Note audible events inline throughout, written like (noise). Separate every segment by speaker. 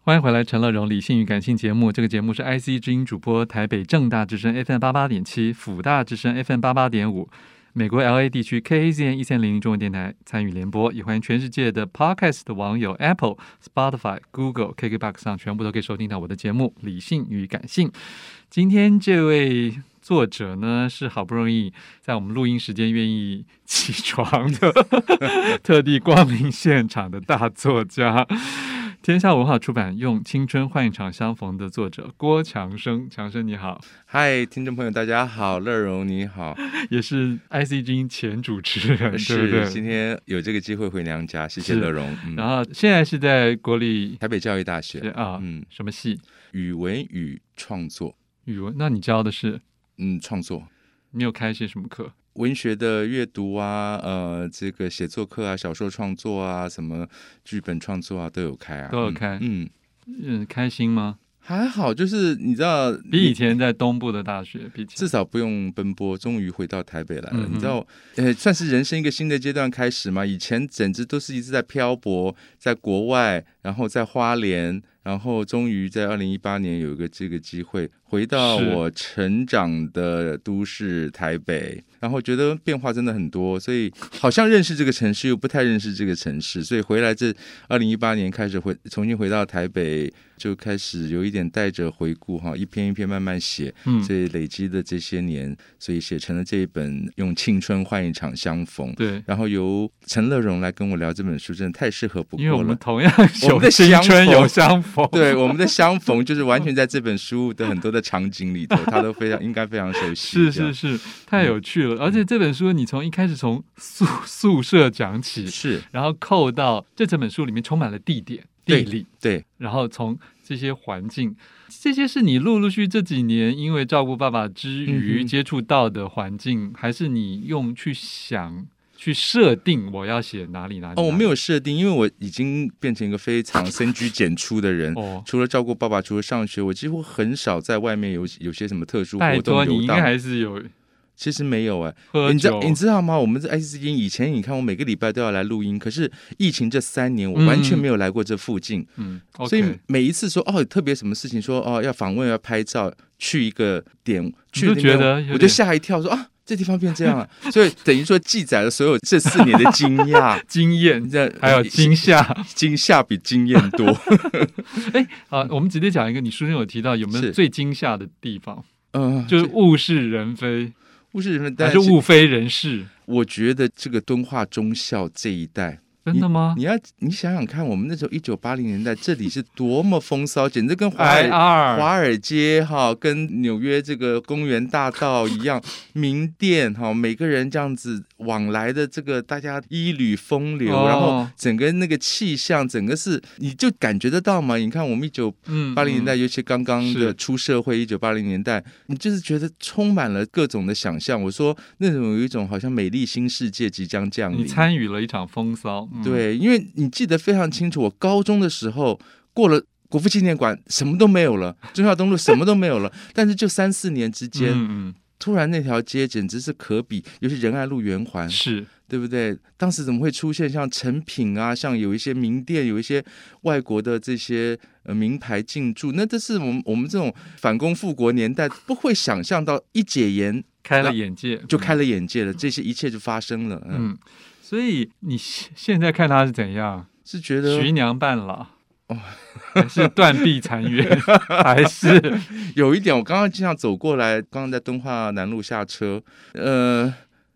Speaker 1: 欢迎回来，《陈乐荣理性与感性》节目。这个节目是 IC 之音主播，台北正大之声 FM 八八点七，辅大之声 FM 八八点五，美国 LA 地区 KAZN 一三零零中文电台参与联播。也欢迎全世界的 Podcast 的网友，Apple、Spotify、Google、KKBox 上全部都可以收听到我的节目《理性与感性》。今天这位作者呢，是好不容易在我们录音时间愿意起床的，特地光临现场的大作家。 (laughs) 天下文化出版《用青春换一场相逢》的作者郭强生，强生你好，
Speaker 2: 嗨，听众朋友，大家好，乐荣
Speaker 1: (laughs)
Speaker 2: 你好，
Speaker 1: 也是 IC 之音前主持人，对不
Speaker 2: 是今
Speaker 1: 对？
Speaker 2: 天有这个机会回娘家，谢谢
Speaker 1: 是
Speaker 2: 乐荣。嗯，
Speaker 1: 然后现在是在国立
Speaker 2: 台北教育大
Speaker 1: 是
Speaker 2: 学，
Speaker 1: 啊，
Speaker 2: 嗯，
Speaker 1: 什么系？
Speaker 2: 语文与创作，
Speaker 1: 语文？那你教的是？
Speaker 2: 嗯，创作
Speaker 1: 你有开些什么课？
Speaker 2: 文学的阅读啊，呃，这个写作课啊，小说创作啊，什么剧本创作啊，都有开啊，
Speaker 1: 都有
Speaker 2: 嗯
Speaker 1: 开
Speaker 2: 嗯，
Speaker 1: 嗯，开心吗？
Speaker 2: 还好，就是你知道，
Speaker 1: 比以前在东部的大学比起
Speaker 2: 至
Speaker 1: 来，
Speaker 2: 少不用奔波，终于回到台北来了。
Speaker 1: 嗯哼
Speaker 2: 你知道，呃，算是人生一个新的阶段开始嘛。以前简直都是一直在漂泊，在国外，然后在花莲，然后终于在二零一八年有一个这个机会，回到
Speaker 1: 是
Speaker 2: 我成长的都市台北，然后觉得变化真的很多，所以好像认识这个城市，又不太认识这个城市，所以回来这二零一八年开始回重新回到台北，就开始有一点带着回顾哈，一篇一篇慢慢写。
Speaker 1: 嗯，
Speaker 2: 所以累积的这些年，所以写成了这一本《用青春换一场相逢》。
Speaker 1: 对，
Speaker 2: 然后由陈乐荣来跟我聊这本书，真的太适合不
Speaker 1: 因为我
Speaker 2: 过
Speaker 1: 们
Speaker 2: 了。
Speaker 1: 同样
Speaker 2: 我们
Speaker 1: 有
Speaker 2: 的
Speaker 1: 青
Speaker 2: 相
Speaker 1: 春
Speaker 2: 逢
Speaker 1: 有相逢，
Speaker 2: 对我们的相逢，就是完全在这本书的很多的场景里头，他都非常应该非常熟悉。
Speaker 1: 是
Speaker 2: 这样嗯
Speaker 1: 是是，太有趣了。而且这本书你从一开始从宿 (laughs) 宿舍讲起，
Speaker 2: 是，
Speaker 1: 然后扣到这整本书里面充满了地点、地
Speaker 2: 对
Speaker 1: 理，
Speaker 2: 对，
Speaker 1: 然后从这些环境，这些是你陆陆续这几年因为照顾爸爸之余
Speaker 2: 嗯哼
Speaker 1: 接触到的环境，还是你用去想、去设定我要写哪里哪里？
Speaker 2: 哦，我没
Speaker 1: 有
Speaker 2: 有设定，因为我已经变成一个非常深居简出的人。
Speaker 1: 哦，
Speaker 2: 除了照顾爸爸，除了上学，我几乎很少在外面有有些什么特殊
Speaker 1: 拜
Speaker 2: 活
Speaker 1: 托
Speaker 2: 动
Speaker 1: 你
Speaker 2: 游
Speaker 1: 应该
Speaker 2: 荡。
Speaker 1: 还是有
Speaker 2: 其实没有哎、
Speaker 1: 喝
Speaker 2: 你知道
Speaker 1: 酒，
Speaker 2: 你知道吗？我们这 S 音以前，你看我每个礼拜都要来录音，可是疫情这三年，我
Speaker 1: 嗯
Speaker 2: 完全没有来过这附近，
Speaker 1: 嗯
Speaker 2: 所以
Speaker 1: ，OK，
Speaker 2: 每一次说哦特别什么事情，说哦要访问要拍照，去一个点，去
Speaker 1: 就
Speaker 2: 那边
Speaker 1: 觉得有点。
Speaker 2: 我就吓一跳，说啊这地方变这样了、所以等于说记载了所有这四年的惊讶
Speaker 1: (laughs) 经验。
Speaker 2: 这
Speaker 1: 还有惊吓啊！
Speaker 2: 惊吓比经验多，
Speaker 1: (laughs) 我们直接讲一个，你书中有提到有没有
Speaker 2: 嗯是
Speaker 1: 最惊吓的地方？
Speaker 2: 嗯，
Speaker 1: 就是
Speaker 2: 这
Speaker 1: 物是人非，
Speaker 2: 物是人非，
Speaker 1: 还
Speaker 2: 但
Speaker 1: 是
Speaker 2: 是
Speaker 1: 物非人是？
Speaker 2: 我觉得这个敦化中校这一带，
Speaker 1: 真的吗
Speaker 2: 你要你想想看，我们那时候一九八零年代，这里是多么风骚，简直跟华尔
Speaker 1: ？I R
Speaker 2: 华尔街哈，跟纽约这个公园大道一样， (laughs) 名店哈，每个人这样子往来的这个，大家衣履风流，
Speaker 1: 哦
Speaker 2: 然后整个那个气象，整个是你就感觉得到嘛。你看我们一九
Speaker 1: 嗯
Speaker 2: 八零年代，
Speaker 1: 嗯
Speaker 2: 尤其刚刚
Speaker 1: 是
Speaker 2: 的出社会，一九八零年代，你就是觉得充满了各种的想象。我说那种有一种好像美丽新世界即将降
Speaker 1: 你
Speaker 2: 临。
Speaker 1: 参与了一场风骚，嗯，
Speaker 2: 对，因为你记得非常清楚，我高中的时候过了国父纪念馆，什么都没有了，中孝东路什么都没有了，但是就三四年之间，
Speaker 1: 嗯
Speaker 2: 突然那条街简直是可比，尤其仁爱路圆环
Speaker 1: 嗯，是
Speaker 2: 对不对？当时怎么会出现像成品啊，像有一些名店，有一些外国的这些呃名牌进驻，那这是我们我们这种反攻复国年代不会想象到，一解严
Speaker 1: 开了眼界，
Speaker 2: 就开了眼界了，这些一切就发生了。嗯，
Speaker 1: 嗯，嗯所以你现现在看他是怎样？
Speaker 2: 是觉得
Speaker 1: 徐娘半老。还是断臂残
Speaker 2: (laughs)
Speaker 1: 垣，还是
Speaker 2: 有一点，我刚刚经常走过来，刚刚在敦化南路下车，呃，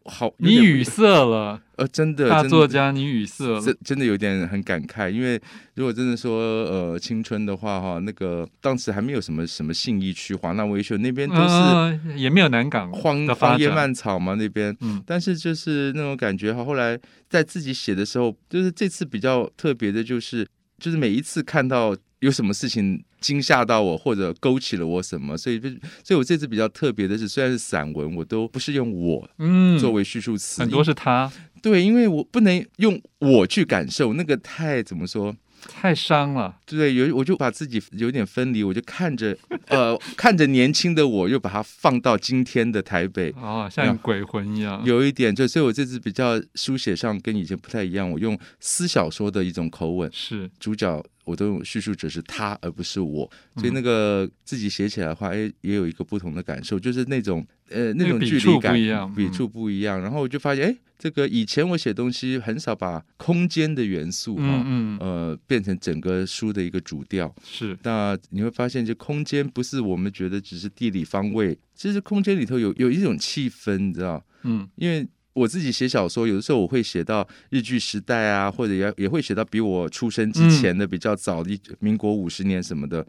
Speaker 2: 好，有
Speaker 1: 你
Speaker 2: 点
Speaker 1: 语塞了，
Speaker 2: 呃，真的，
Speaker 1: 大
Speaker 2: 真的
Speaker 1: 作家你语塞了，
Speaker 2: 真真的有点很感慨，因为如果真的说呃青春的话哈，那个当时还没有什么什么信义区、华纳威秀那边都是
Speaker 1: 嗯嗯也没有南港
Speaker 2: 荒
Speaker 1: 的发
Speaker 2: 荒野
Speaker 1: 展，
Speaker 2: 蔓草嘛，那边。
Speaker 1: 嗯，
Speaker 2: 但是就是那种感觉哈，后来在自己写的时候，就是这次比较特别的，就是就是每一次看到有什么事情惊吓到我，或者勾起了我什么，所以就所以我这次比较特别的是，虽然是散文，我都不是用我
Speaker 1: 嗯，
Speaker 2: 作为叙述词，
Speaker 1: 很多是他
Speaker 2: 对，因为我不能用我去感受那个太怎么说。
Speaker 1: 太伤了，
Speaker 2: 对，有我就把自己有点分离，我就看着，呃， (laughs) 看着年轻的我，又把它放到今天的台北，
Speaker 1: 哦，
Speaker 2: 哎
Speaker 1: 像鬼魂一样，
Speaker 2: 有一点就，所以我这次比较书写上跟以前不太一样，我用私小说的一种口吻，
Speaker 1: 是
Speaker 2: 主角我都用叙述者是他，而不是我，
Speaker 1: 嗯
Speaker 2: 所以那个自己写起来的话，哎，也有一个不同的感受，就是那种呃
Speaker 1: 那
Speaker 2: 那
Speaker 1: 个
Speaker 2: 种
Speaker 1: 笔
Speaker 2: 距
Speaker 1: 触
Speaker 2: 离
Speaker 1: 不
Speaker 2: 感
Speaker 1: 一样
Speaker 2: 笔
Speaker 1: 嗯
Speaker 2: 触不一样。然后我就发现，哎，这个以前我写东西很少把空间的元素哈、
Speaker 1: 嗯嗯，
Speaker 2: 呃变成整个书的一个主调。
Speaker 1: 是
Speaker 2: 那你会发现，这空间不是我们觉得只是地理方位，其实空间里头有有一种气氛，你知道？
Speaker 1: 嗯
Speaker 2: 因为我自己写小说，有的时候我会写到日据时代啊，或者也也会写到比我出生
Speaker 1: 嗯
Speaker 2: 之前的比较早的一民国五十年什么的。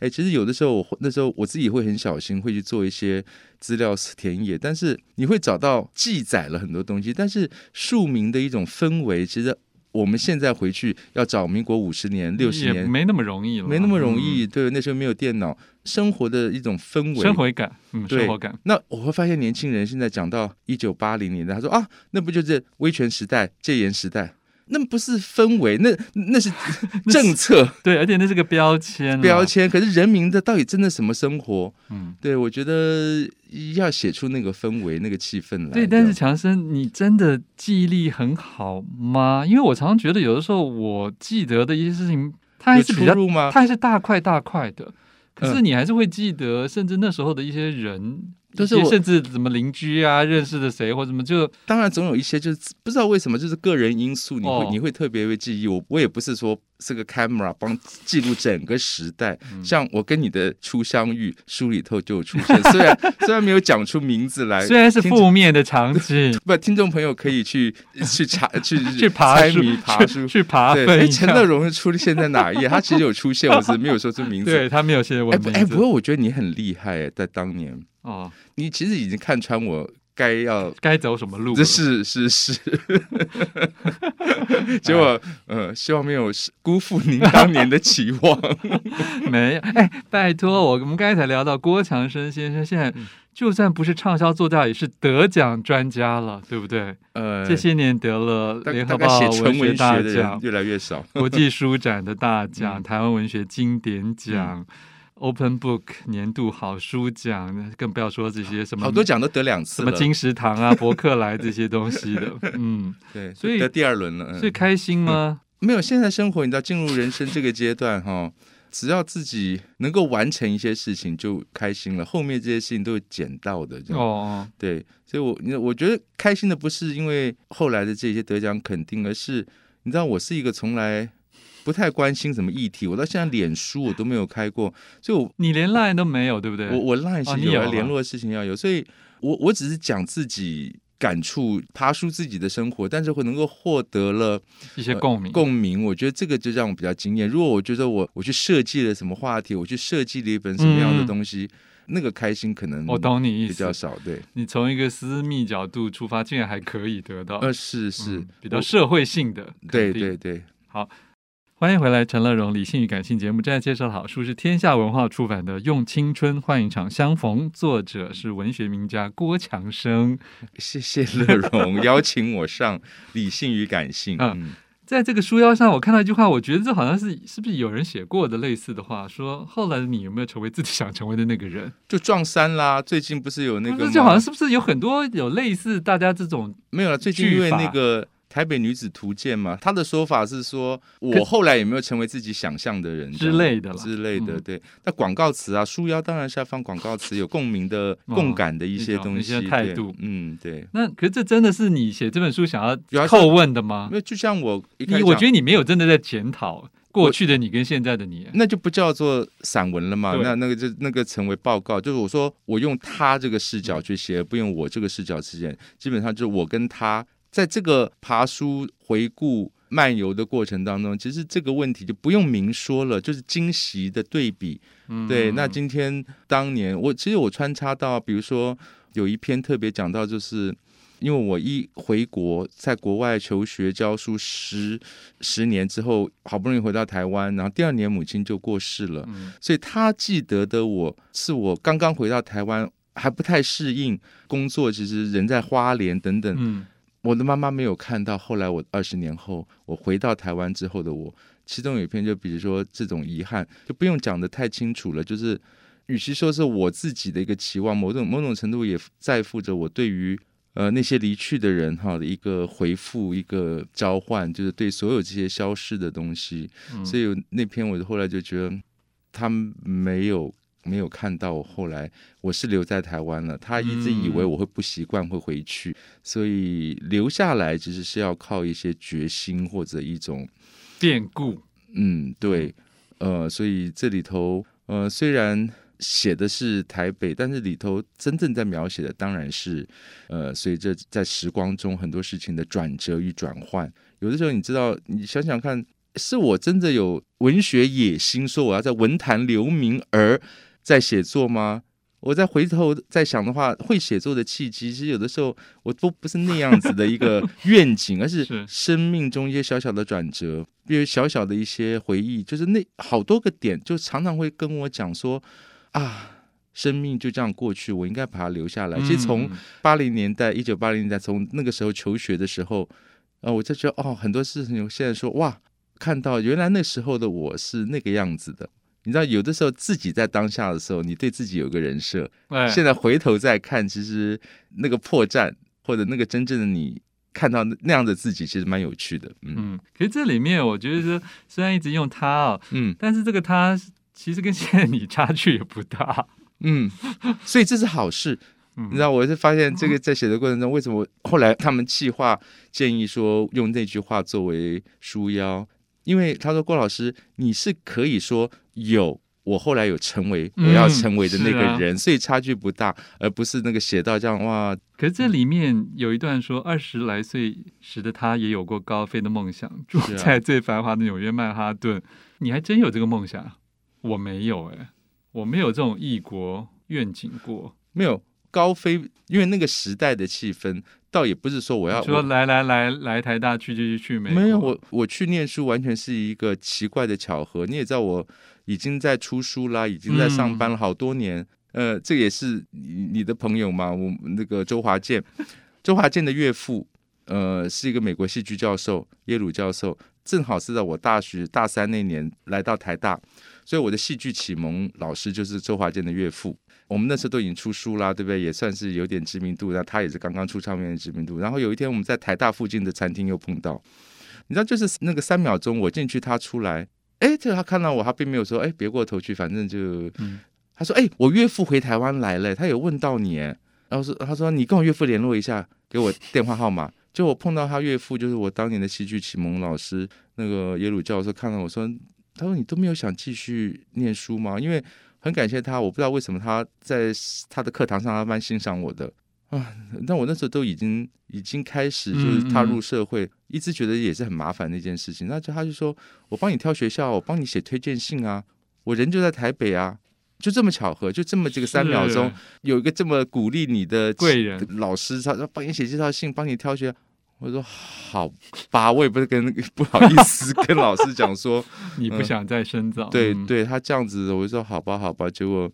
Speaker 2: 哎，其实有的时候我会那时候我自己会很小心，会去做一些资料田野，但是你会找到记载了很多东西，但是庶民的一种氛围，其实我们现在回去要找民国五十年、六十
Speaker 1: 也
Speaker 2: 年。
Speaker 1: 没嗯那么容易了，
Speaker 2: 没那么容易，对，那时候没有电脑，生活的一种氛
Speaker 1: 嗯，
Speaker 2: 围，
Speaker 1: 生活感，嗯，
Speaker 2: 对
Speaker 1: 生活感，
Speaker 2: 那我会发现，年轻人现在讲到一九八零年代，他说啊，那不就是威权时代、戒严时代？那不是氛围，那
Speaker 1: (laughs)
Speaker 2: 那是政策
Speaker 1: 对，而且那是个标签，啊
Speaker 2: 标，签。可是人民的到底真的什么生活？
Speaker 1: 嗯。
Speaker 2: 对我觉得要写出那个氛围、那个气氛来。
Speaker 1: 对，但是强生，你真的记忆力很好吗？因为我常常觉得，有的时候我记得的一些事情，它还
Speaker 2: 有
Speaker 1: 是
Speaker 2: 出
Speaker 1: 比较，
Speaker 2: 入吗？
Speaker 1: 它还是大块大块的。可是
Speaker 2: 嗯
Speaker 1: 你还是会记得，甚至那时候的一些人，
Speaker 2: 就
Speaker 1: 一
Speaker 2: 是
Speaker 1: 些
Speaker 2: 我
Speaker 1: 甚至怎么邻居啊，认识的谁或怎么就
Speaker 2: 当然总有一些就是不知道为什么，就是个人因素，你会、
Speaker 1: 哦
Speaker 2: 你会特别会记忆。我我也不是说是个 camera 帮记录整个时代，
Speaker 1: 嗯
Speaker 2: 像我跟你的初相遇书里头就有出
Speaker 1: (laughs)
Speaker 2: 现，虽然虽然没有讲出名字来，
Speaker 1: 虽然是
Speaker 2: 听众。
Speaker 1: 负面的场景，
Speaker 2: (laughs) 不，听众朋友可以去去查
Speaker 1: (laughs)
Speaker 2: 去
Speaker 1: 去爬
Speaker 2: 猜
Speaker 1: 书
Speaker 2: 谜、爬
Speaker 1: 去
Speaker 2: 书。
Speaker 1: 去爬
Speaker 2: 对，
Speaker 1: 分
Speaker 2: 哎
Speaker 1: 一
Speaker 2: 陈
Speaker 1: 下
Speaker 2: 乐融是出现在
Speaker 1: (laughs)
Speaker 2: 哪一页？他其实有出现，我只是没有说出名字。
Speaker 1: 对他没有写我
Speaker 2: 哎
Speaker 1: 名
Speaker 2: 不
Speaker 1: 字、
Speaker 2: 哎，不过我觉得你很厉害，哎在当年，
Speaker 1: 哦，
Speaker 2: 你其实已经看穿我该要
Speaker 1: 该走什么路了？
Speaker 2: 这是是
Speaker 1: (laughs)
Speaker 2: 是，结果
Speaker 1: 哎
Speaker 2: 呃，希望没有辜负您当年的期
Speaker 1: (laughs)
Speaker 2: 望。
Speaker 1: 没有，哎，拜托，我们刚才才聊到郭强生先生，现在
Speaker 2: 嗯
Speaker 1: 就算不是畅销作家，也是得奖专家了，对不对？
Speaker 2: 呃，
Speaker 1: 这些年得了
Speaker 2: 大
Speaker 1: 联
Speaker 2: 大
Speaker 1: 合
Speaker 2: 概
Speaker 1: 报
Speaker 2: 写纯
Speaker 1: 学
Speaker 2: 文
Speaker 1: 大
Speaker 2: 学的人
Speaker 1: 奖、
Speaker 2: 越来越少。
Speaker 1: (laughs) 国际书展的大奖、
Speaker 2: 嗯
Speaker 1: 台湾文学经典奖、Open Book 年度好书奖，那更不要说这些什么
Speaker 2: 好多奖都得两次
Speaker 1: 什
Speaker 2: 了，
Speaker 1: 嗯么金石堂啊、伯克莱这些东西
Speaker 2: (laughs)
Speaker 1: 的，嗯，
Speaker 2: 对，
Speaker 1: 所以
Speaker 2: 得第二轮了。嗯
Speaker 1: 所以开心吗？
Speaker 2: 没有，现在生活，你知道，进入人生这个阶段哈，只要自己能够完成一些事情就开心了，后面这些事情都会捡到的。这
Speaker 1: 哦
Speaker 2: 样
Speaker 1: 哦，
Speaker 2: 对，所以我你我觉得开心的不是因为后来的这些得奖肯定，而是你知道我是一个从来不太关心什么议题，我到现在脸书我都没有开过，所以我
Speaker 1: 你连 line 都没有，对不对？
Speaker 2: 我我 line
Speaker 1: 哦
Speaker 2: 是
Speaker 1: 你
Speaker 2: 有，
Speaker 1: 有
Speaker 2: 啊
Speaker 1: 啊
Speaker 2: 联络的事情要有，所以我我只是讲自己。感触爬出自己的生活，但是会能够获得了
Speaker 1: 一些共鸣，
Speaker 2: 共鸣，我觉得这个就让我比较惊艳。如果我觉得我我去设计了什么话题，我去设计了一本什么样的
Speaker 1: 嗯
Speaker 2: 东西，那个开心可能
Speaker 1: 我懂你意
Speaker 2: 比
Speaker 1: 思
Speaker 2: 较。少。对，
Speaker 1: 你从一个私密角度出发，竟然还可以得到，
Speaker 2: 呃，是是
Speaker 1: 哦嗯，比较
Speaker 2: 我
Speaker 1: 社会性的肯定。
Speaker 2: 对对对，
Speaker 1: 欢迎回来，陈乐融理性与感性节目。正在介绍的好书是天下文化出版的《用青春换一场相逢》，作者是文学名家郭强生。
Speaker 2: 谢 (laughs) 谢乐荣邀请我上《理性与感性》。
Speaker 1: 嗯
Speaker 2: 嗯，
Speaker 1: 在这个书腰上，我看到一句话，我觉得这好像是是不是有人写过的类似的话，说后来你有没有成为自己想成为的那个人？
Speaker 2: 就撞衫啦，最近不是有那
Speaker 1: 不
Speaker 2: 个
Speaker 1: 是
Speaker 2: 吗？
Speaker 1: 啊就好像是不是有很多有类似大家这种
Speaker 2: 没有了，最近
Speaker 1: 剧
Speaker 2: 因为
Speaker 1: 法
Speaker 2: 那个。台北女子图鉴嘛，她的说法是说，我后来也没有成为自己想象的人
Speaker 1: 之
Speaker 2: 这样
Speaker 1: 类的啦
Speaker 2: 之类的。
Speaker 1: 嗯
Speaker 2: 对，那广告词啊，书腰当然是要放广告词，有共鸣的、
Speaker 1: 哦
Speaker 2: 共感的一
Speaker 1: 那
Speaker 2: 些
Speaker 1: 种
Speaker 2: 东
Speaker 1: 一
Speaker 2: 西
Speaker 1: 些，
Speaker 2: 对
Speaker 1: 态度
Speaker 2: 嗯，对。
Speaker 1: 那？可是这真的是你写这本书想
Speaker 2: 有
Speaker 1: 要
Speaker 2: 啊
Speaker 1: 叩问的吗
Speaker 2: 因？为就像我一开
Speaker 1: 你
Speaker 2: 始
Speaker 1: 我
Speaker 2: 讲
Speaker 1: 觉得你没有真的在检讨过去的你跟现在的你。
Speaker 2: 那就不叫做散文了嘛，
Speaker 1: 对
Speaker 2: 那那个就那个成为报告，就是我说我用他这个视角去写，不用我这个视角去写，基本上就是我跟他在这个爬书回顾。漫游的过程当中，其实这个问题就不用明说了，就是惊喜的对比。
Speaker 1: 嗯
Speaker 2: 对，那今天呃当年我其实我穿插到，比如说有一篇特别讲到，就是因为我一回国，在国外求学教书十十年之后，好不容易回到台湾，然后第二年母亲就过世了，
Speaker 1: 嗯
Speaker 2: 所以他记得的我是我刚刚回到台湾。还不太适应工作，其实人在花莲等等，
Speaker 1: 嗯，
Speaker 2: 我的妈妈没有看到。后来我二十年后，我回到台湾之后的我，其中有一篇就比如说这种遗憾，就不用讲的太清楚了。就是，与其说是我自己的一个期望，某种某种程度也在负着我对于呃那些离去的人哈的一个回复，一个召唤，就是对所有这些消逝的东西。
Speaker 1: 嗯
Speaker 2: 所以那篇我后来就觉得他没有。没有看到我后来，我是留在台湾了。他一直以为我会不习惯，会回去，所以留下来其实是要靠一些决心或者一种
Speaker 1: 变故，
Speaker 2: 嗯，对，呃，所以这里头，呃，虽然写的是台北，但是里头真正在描写的当然是，呃，随着在时光中很多事情的转折与转换。有的时候，你知道，你想想看，是我真的有文学野心，说我要在文坛留名而在写作吗？我再回头再想的话，会写作的契机，其实有的时候我都不是那样子的一个愿景，而是
Speaker 1: 是
Speaker 2: 生命中一些小小的转折，因为小小的一些回忆，就是那好多个点，就常常会跟我讲说啊。生命就这样过去，我应该把它留下来。其实从
Speaker 1: 嗯
Speaker 2: 八零年代、一九八零年代，从那个时候求学的时候，啊、我就觉得哦，很多事情我现在说哇，看到原来那时候的我是那个样子的。你知道，有的时候自己在当下的时候，你对自己有个人设，
Speaker 1: 哎，
Speaker 2: 现在回头再看，其实那个破绽或者那个真正的你看到那那样的自己，其实蛮有趣的。嗯
Speaker 1: 嗯，可是这里面我觉得说，虽然一直用它哦，
Speaker 2: 嗯
Speaker 1: 但是这个它其实跟现在你差距也不大。
Speaker 2: 嗯，所以这是好事。
Speaker 1: 嗯
Speaker 2: 你知道，我是发现这个在写的过程中，为什么后来他们计划建议说用那句话作为书腰？因为他说郭老师，你是可以说有。我后来有成为我
Speaker 1: 嗯
Speaker 2: 要成为的那个
Speaker 1: 是啊
Speaker 2: 人，所以差距不大，而不是那个写到这样哇，
Speaker 1: 可是这里
Speaker 2: 嗯
Speaker 1: 面有一段说，二十来岁时的他也有过高飞的梦想，住
Speaker 2: 是啊
Speaker 1: 在最繁华的纽约曼哈顿。你还真有这个梦想？啊我没有哎、我没有这种异国愿景过。
Speaker 2: 没有高飞，因为那个时代的气氛，倒也不是说我要
Speaker 1: 说
Speaker 2: 啊我
Speaker 1: 来来来来台大去去去去美国，
Speaker 2: 没有，我我去念书完全是一个奇怪的巧合。你也知道，我已经在出书啦，已经在上班了好多年。呃，这也是你你的朋友嘛，我那个周华健，周华健的岳父，呃，是一个美国戏剧教授，耶鲁教授，正好是在我大学大三那年来到台大，所以我的戏剧启蒙老师就是周华健的岳父。我们那时候都已经出书啦，对不对？也算是有点知名度，那他也是刚刚出唱片的知名度。然后有一天我们在台大附近的餐厅又碰到，你知道，就是那个三秒钟，我进去，他出来，哎，这个他看到我，他并没有说，哎，别过头去，反正就，
Speaker 1: 嗯
Speaker 2: 他说，哎，我岳父回台湾来了，他有问到你，哎然后说，他说你跟我岳父联络一下，给我电话号码。就我碰到他岳父，就是我当年的戏剧启蒙老师，那个耶鲁教授，看到我说，他说你都没有想继续念书吗？因为很感谢他，我不知道为什么他在他的课堂上，他蛮欣赏我的。啊，那我那时候都已经已经开始就是踏入社会，一直觉得也是很麻烦的一件事情。那就他就说我帮你挑学校，我帮你写推荐信啊，我人就在台北啊，就这么巧合，就这么这个三秒钟
Speaker 1: 是，
Speaker 2: 有一个这么鼓励你的
Speaker 1: 贵人
Speaker 2: 老师，他说帮你写介绍信，帮你挑学校。我说好吧，我也不是跟不好意思跟老师讲
Speaker 1: (laughs)
Speaker 2: 说，
Speaker 1: 你不
Speaker 2: 嗯
Speaker 1: 想再深造？
Speaker 2: 对
Speaker 1: 嗯，
Speaker 2: 对，他这样子，我就说好吧好吧，结果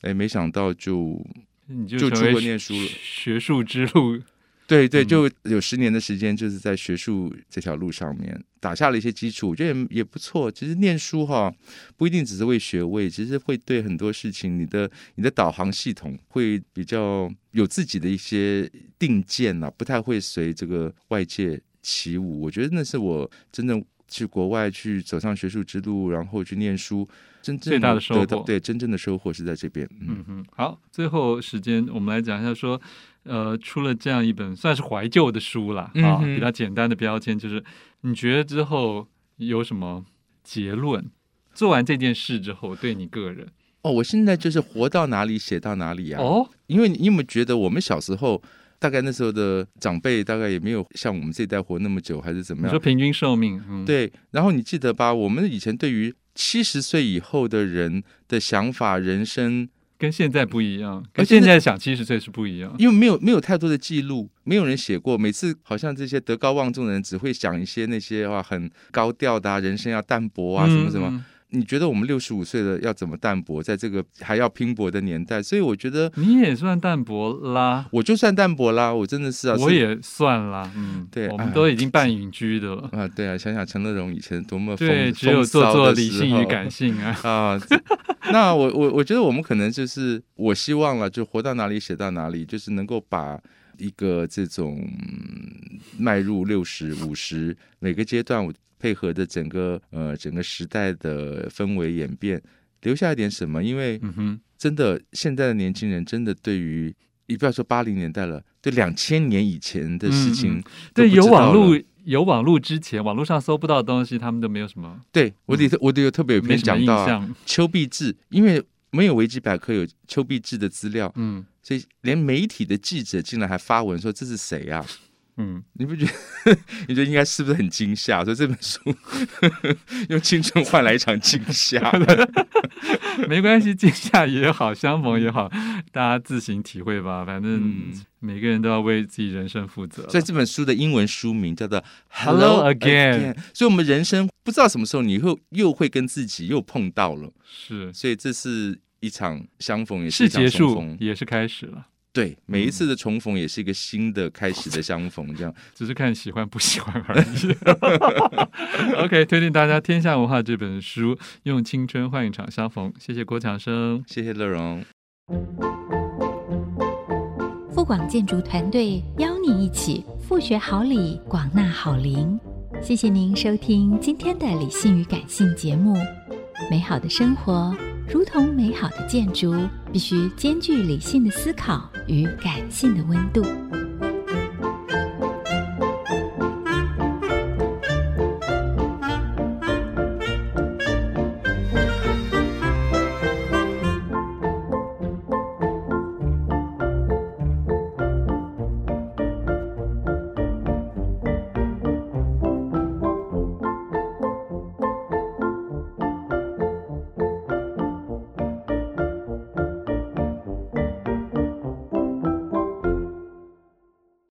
Speaker 2: 哎没想到就
Speaker 1: 你就
Speaker 2: 就
Speaker 1: 成
Speaker 2: 出
Speaker 1: 为
Speaker 2: 国念书了
Speaker 1: 学术之路
Speaker 2: 对对，
Speaker 1: 嗯
Speaker 2: 就有十年的时间，就是在学术这条路上面打下了一些基础，我觉得也也不错。其实念书哈，不一定只是为学位，其实会对很多事情，你的你的导航系统会比较有自己的一些定见啦，不太会随这个外界起舞。我觉得那是我真正去国外去走上学术之路，然后去念书，真正
Speaker 1: 最大的收
Speaker 2: 得到
Speaker 1: 获
Speaker 2: 对，真正的收获是在这边。嗯
Speaker 1: 嗯哼，好，最后时间我们来讲一下说，呃，出了这样一本算是怀旧的书啦，啊
Speaker 2: 嗯，哼
Speaker 1: 比较简单的标签就是，你觉得之后有什么结论？做完这件事之后，对你个人、
Speaker 2: 哦，我现在就是活到哪里写到哪里呀、
Speaker 1: 哦，
Speaker 2: 因为你你有没有觉得我们小时候，大概那时候的长辈大概也没有像我们这一代活那么久，还是怎
Speaker 1: 你
Speaker 2: 么
Speaker 1: 说
Speaker 2: 样？
Speaker 1: 平均寿命，嗯，，
Speaker 2: 对，然后你记得吧？我们以前对于七十岁以后的人的想法、人生，
Speaker 1: 跟现在不一样，
Speaker 2: 而
Speaker 1: 跟
Speaker 2: 且
Speaker 1: 现
Speaker 2: 那
Speaker 1: 在想七十岁是不一样，
Speaker 2: 因为没有没有太多的记录，没有人写过。每次好像这些德高望重的人只会讲一些那些哇很高调的、啊、人生要淡泊啊什么什么。
Speaker 1: 嗯，嗯
Speaker 2: 你觉得我们六十五岁了要怎么淡泊？在这个还要拼搏的年代，所以我觉得
Speaker 1: 你也算淡薄啦。
Speaker 2: 我就算淡泊啦，我真的是啊，
Speaker 1: 我
Speaker 2: 是
Speaker 1: 也算啦，嗯，
Speaker 2: 对
Speaker 1: 我
Speaker 2: 哎
Speaker 1: 们
Speaker 2: 呀
Speaker 1: 都已经半隐居的了，
Speaker 2: 啊，对啊，想想陈乐融以前多么
Speaker 1: 对，
Speaker 2: 风
Speaker 1: 只有做做理性与感
Speaker 2: 性
Speaker 1: 性啊，
Speaker 2: 啊。这那我我我觉得我们可能就是我希望了，就活到哪里写到哪里，就是能够把一个这种嗯迈入六十五十每个阶段，我配合的整个呃整个时代的氛围演变，留下一点什么？因为
Speaker 1: 嗯哼，
Speaker 2: 真的现在的年轻人真的对于，你不要说八零年代了，对两千年以前的事情
Speaker 1: 嗯嗯
Speaker 2: 都不
Speaker 1: 对，
Speaker 2: 知
Speaker 1: 有网
Speaker 2: 道了
Speaker 1: 络，有网络之前，网络上搜不到的东西，他们都没有什么，
Speaker 2: 对我得我得有特别有
Speaker 1: 嗯
Speaker 2: 篇
Speaker 1: 没什么
Speaker 2: 讲
Speaker 1: 印
Speaker 2: 到啊
Speaker 1: 象。
Speaker 2: 邱必志，因为没有维基百科有邱必志的资料，
Speaker 1: 嗯
Speaker 2: 所以连媒体的记者竟然还发文说这是谁啊？ (laughs)
Speaker 1: 嗯， (laughs)
Speaker 2: 你不觉得？你觉得应该是不是很惊吓？所以这本书 (laughs) 用青春换来一场惊
Speaker 1: (laughs)
Speaker 2: 吓。
Speaker 1: 没关系，惊吓也好，相逢也好， (laughs) 大家自行体会吧。反正
Speaker 2: 嗯
Speaker 1: 每个人都要为自己人生负责。
Speaker 2: 所以这本书的英文书名叫做《
Speaker 1: Hello Again
Speaker 2: 所以我们人生不知道什么时候你会又会跟自己又碰到了，
Speaker 1: 是
Speaker 2: 所以这是一场相逢，也是
Speaker 1: 是
Speaker 2: 一场
Speaker 1: 结
Speaker 2: 重
Speaker 1: 束嗯
Speaker 2: 逢。
Speaker 1: 也是开始了，
Speaker 2: 对，每一次的重逢也是一个新的开始的相逢，这样。
Speaker 1: 只是看喜欢不喜欢而已。OK，推 (laughs)
Speaker 2: (laughs)
Speaker 1: 荐大家《天下文化》这本书，用青春换一场相逢。谢谢郭强生。
Speaker 2: 谢谢乐荣。
Speaker 3: 富广建筑团队邀你一起复学好礼，广纳好邻。谢谢您收听今天的理性与感性节目。美好的生活如同美好的建筑，必须兼具理性的思考与感性的温度。